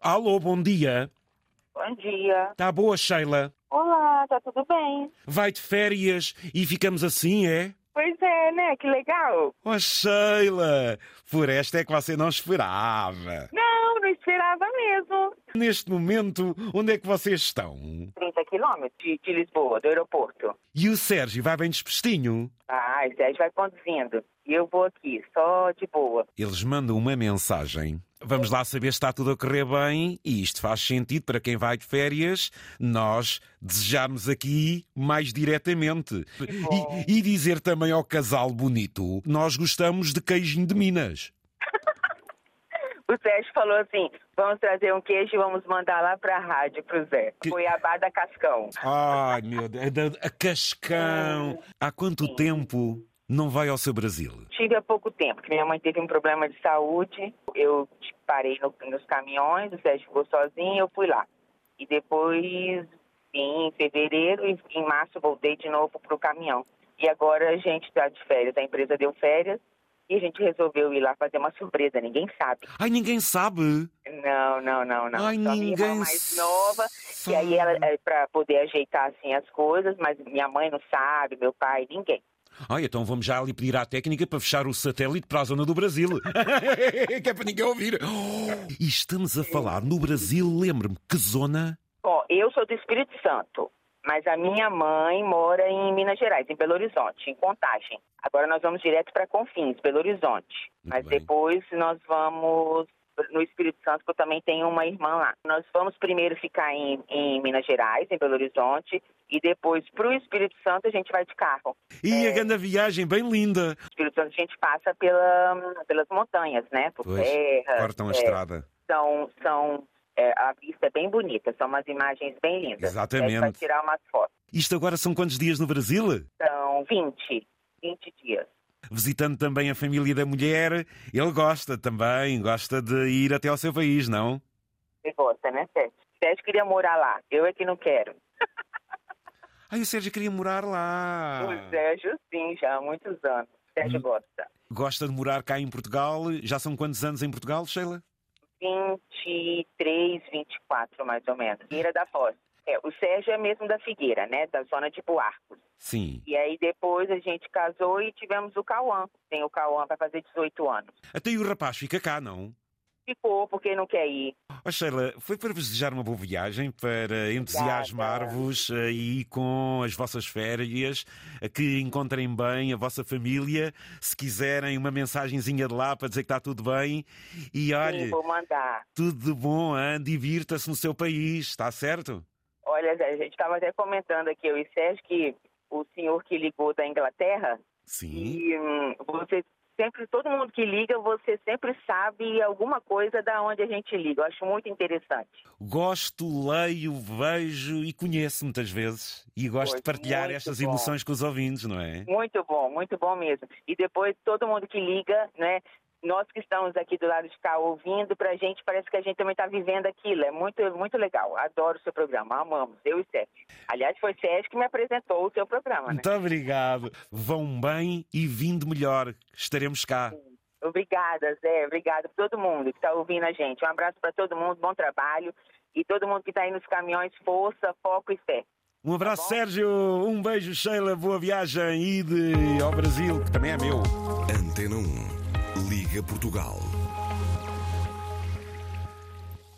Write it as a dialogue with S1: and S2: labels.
S1: Alô, bom dia.
S2: Bom dia.
S1: Está boa, Sheila?
S2: Olá, tá tudo bem?
S1: Vai de férias e ficamos assim, é?
S2: Pois é, né? Que legal.
S1: Oh, Sheila, por esta é que você não esperava.
S2: Não, não esperava mesmo.
S1: Neste momento, onde é que vocês estão?
S2: 30 quilômetros de, de Lisboa, do aeroporto.
S1: E o Sérgio vai bem despestinho?
S2: Ah, o Sérgio vai conduzindo. E eu vou aqui, só de boa.
S1: Eles mandam uma mensagem. Vamos lá saber se está tudo a correr bem e isto faz sentido para quem vai de férias. Nós desejamos aqui mais diretamente.
S2: bom.
S1: E, e dizer também ao casal bonito: nós gostamos de queijinho de Minas.
S2: O Sérgio falou assim: vamos trazer um queijo e vamos mandar lá pra rádio pro Zé.
S1: Que-
S2: Cuiabá da Cascão.
S1: Ai meu Deus, É a- a Cascão! Há quanto tempo não vai ao seu Brasil?
S2: Tive há pouco tempo, que minha mãe teve um problema de saúde. Eu parei no- nos caminhões, o Sérgio ficou sozinho, eu fui lá. E depois vim em fevereiro e em março voltei de novo pro caminhão. E agora a gente está de férias, a empresa deu férias e a gente resolveu ir lá fazer uma surpresa, ninguém sabe.
S1: Ai, ninguém sabe!
S2: Não, não, não, não.
S1: Ai,
S2: Só minha irmã
S1: ninguém
S2: mais nova.
S1: sabe.
S2: E aí ela é para poder ajeitar assim as coisas, mas minha mãe não sabe, meu pai, ninguém.
S1: Ai, então vamos já ali pedir à técnica para fechar o satélite para a zona do Brasil. que é para ninguém ouvir. E estamos a falar no Brasil, lembro-me, que zona?
S2: Bom, eu sou do Espírito Santo, mas a minha mãe mora em Minas Gerais, em Belo Horizonte, em Contagem. Agora nós vamos direto para Confins, Belo Horizonte.
S1: Muito
S2: mas
S1: bem.
S2: depois nós vamos no Espírito Santo, que eu também tenho uma irmã lá. Nós vamos primeiro ficar em, em Minas Gerais, em Belo Horizonte, e depois para o Espírito Santo a gente vai de carro.
S1: E
S2: É.
S1: a grande viagem, bem linda.
S2: Espírito Santo a gente passa pela- pelas montanhas, né? Por
S1: Pois,
S2: terra.
S1: Cortam a
S2: é,
S1: estrada.
S2: são, são é, a vista é bem bonita, são umas imagens bem lindas.
S1: Exatamente.
S2: É, para tirar umas fotos.
S1: Isto agora são quantos dias no Brasil?
S2: São 20, 20 dias.
S1: Visitando também a família da mulher, ele gosta também, gosta de ir até ao seu país, não?
S2: Você gosta, né, Sérgio? Sérgio queria morar lá, eu é que não quero.
S1: Ai, o Sérgio queria morar lá.
S2: O Sérgio, sim, já há muitos anos. Sérgio gosta.
S1: Gosta de morar cá em Portugal. Já são quantos anos em Portugal, Sheila?
S2: 23, 24, mais ou menos. Figueira da Foz. É, o Sérgio é mesmo da Figueira, né? Da zona de Buarcos.
S1: Sim.
S2: E aí depois a gente casou e tivemos o Cauã. Tem o Cauã, vai fazer 18 anos.
S1: Até aí o rapaz fica cá, não?
S2: Ficou porque não quer ir.
S1: Oh, Sheila, foi para vos desejar uma boa viagem, para entusiasmar-vos aí com as vossas férias, que encontrem bem a vossa família, se quiserem uma mensagenzinha de lá para dizer que está tudo bem. E
S2: Sim,
S1: olha,
S2: vou mandar.
S1: tudo de bom, hã? divirta-se no seu país, está certo?
S2: Olha, Zé, a gente estava até comentando aqui, eu e Sérgio, que o senhor que ligou da Inglaterra,
S1: Sim.
S2: e hum, você sempre, todo mundo que liga, você sempre sabe alguma coisa da onde a gente liga. Eu acho muito interessante.
S1: Gosto, leio, vejo e conheço muitas vezes. E gosto
S2: Pois,
S1: de partilhar
S2: muito
S1: estas
S2: bom.
S1: emoções com os ouvintes, não é?
S2: Muito bom, muito bom mesmo. E depois todo mundo que liga, né? Nós que estamos aqui do lado de cá ouvindo, pra gente parece que a gente também tá vivendo aquilo. É muito, muito legal. Adoro o seu programa, amamos, eu e Sérgio. Aliás, foi Sérgio que me apresentou o seu programa, né?
S1: Muito obrigado. Vão bem e vindo melhor. Estaremos cá.
S2: Obrigada, Zé. Obrigada para todo mundo que está ouvindo a gente. Um abraço para todo mundo, bom trabalho. E todo mundo que está aí nos caminhões, força, foco e fé.
S1: Um abraço,
S2: Tá bom?
S1: Sérgio. Um beijo, Sheila. Boa viagem e de ao Brasil, que também é meu.
S3: Antena 1. Liga Portugal.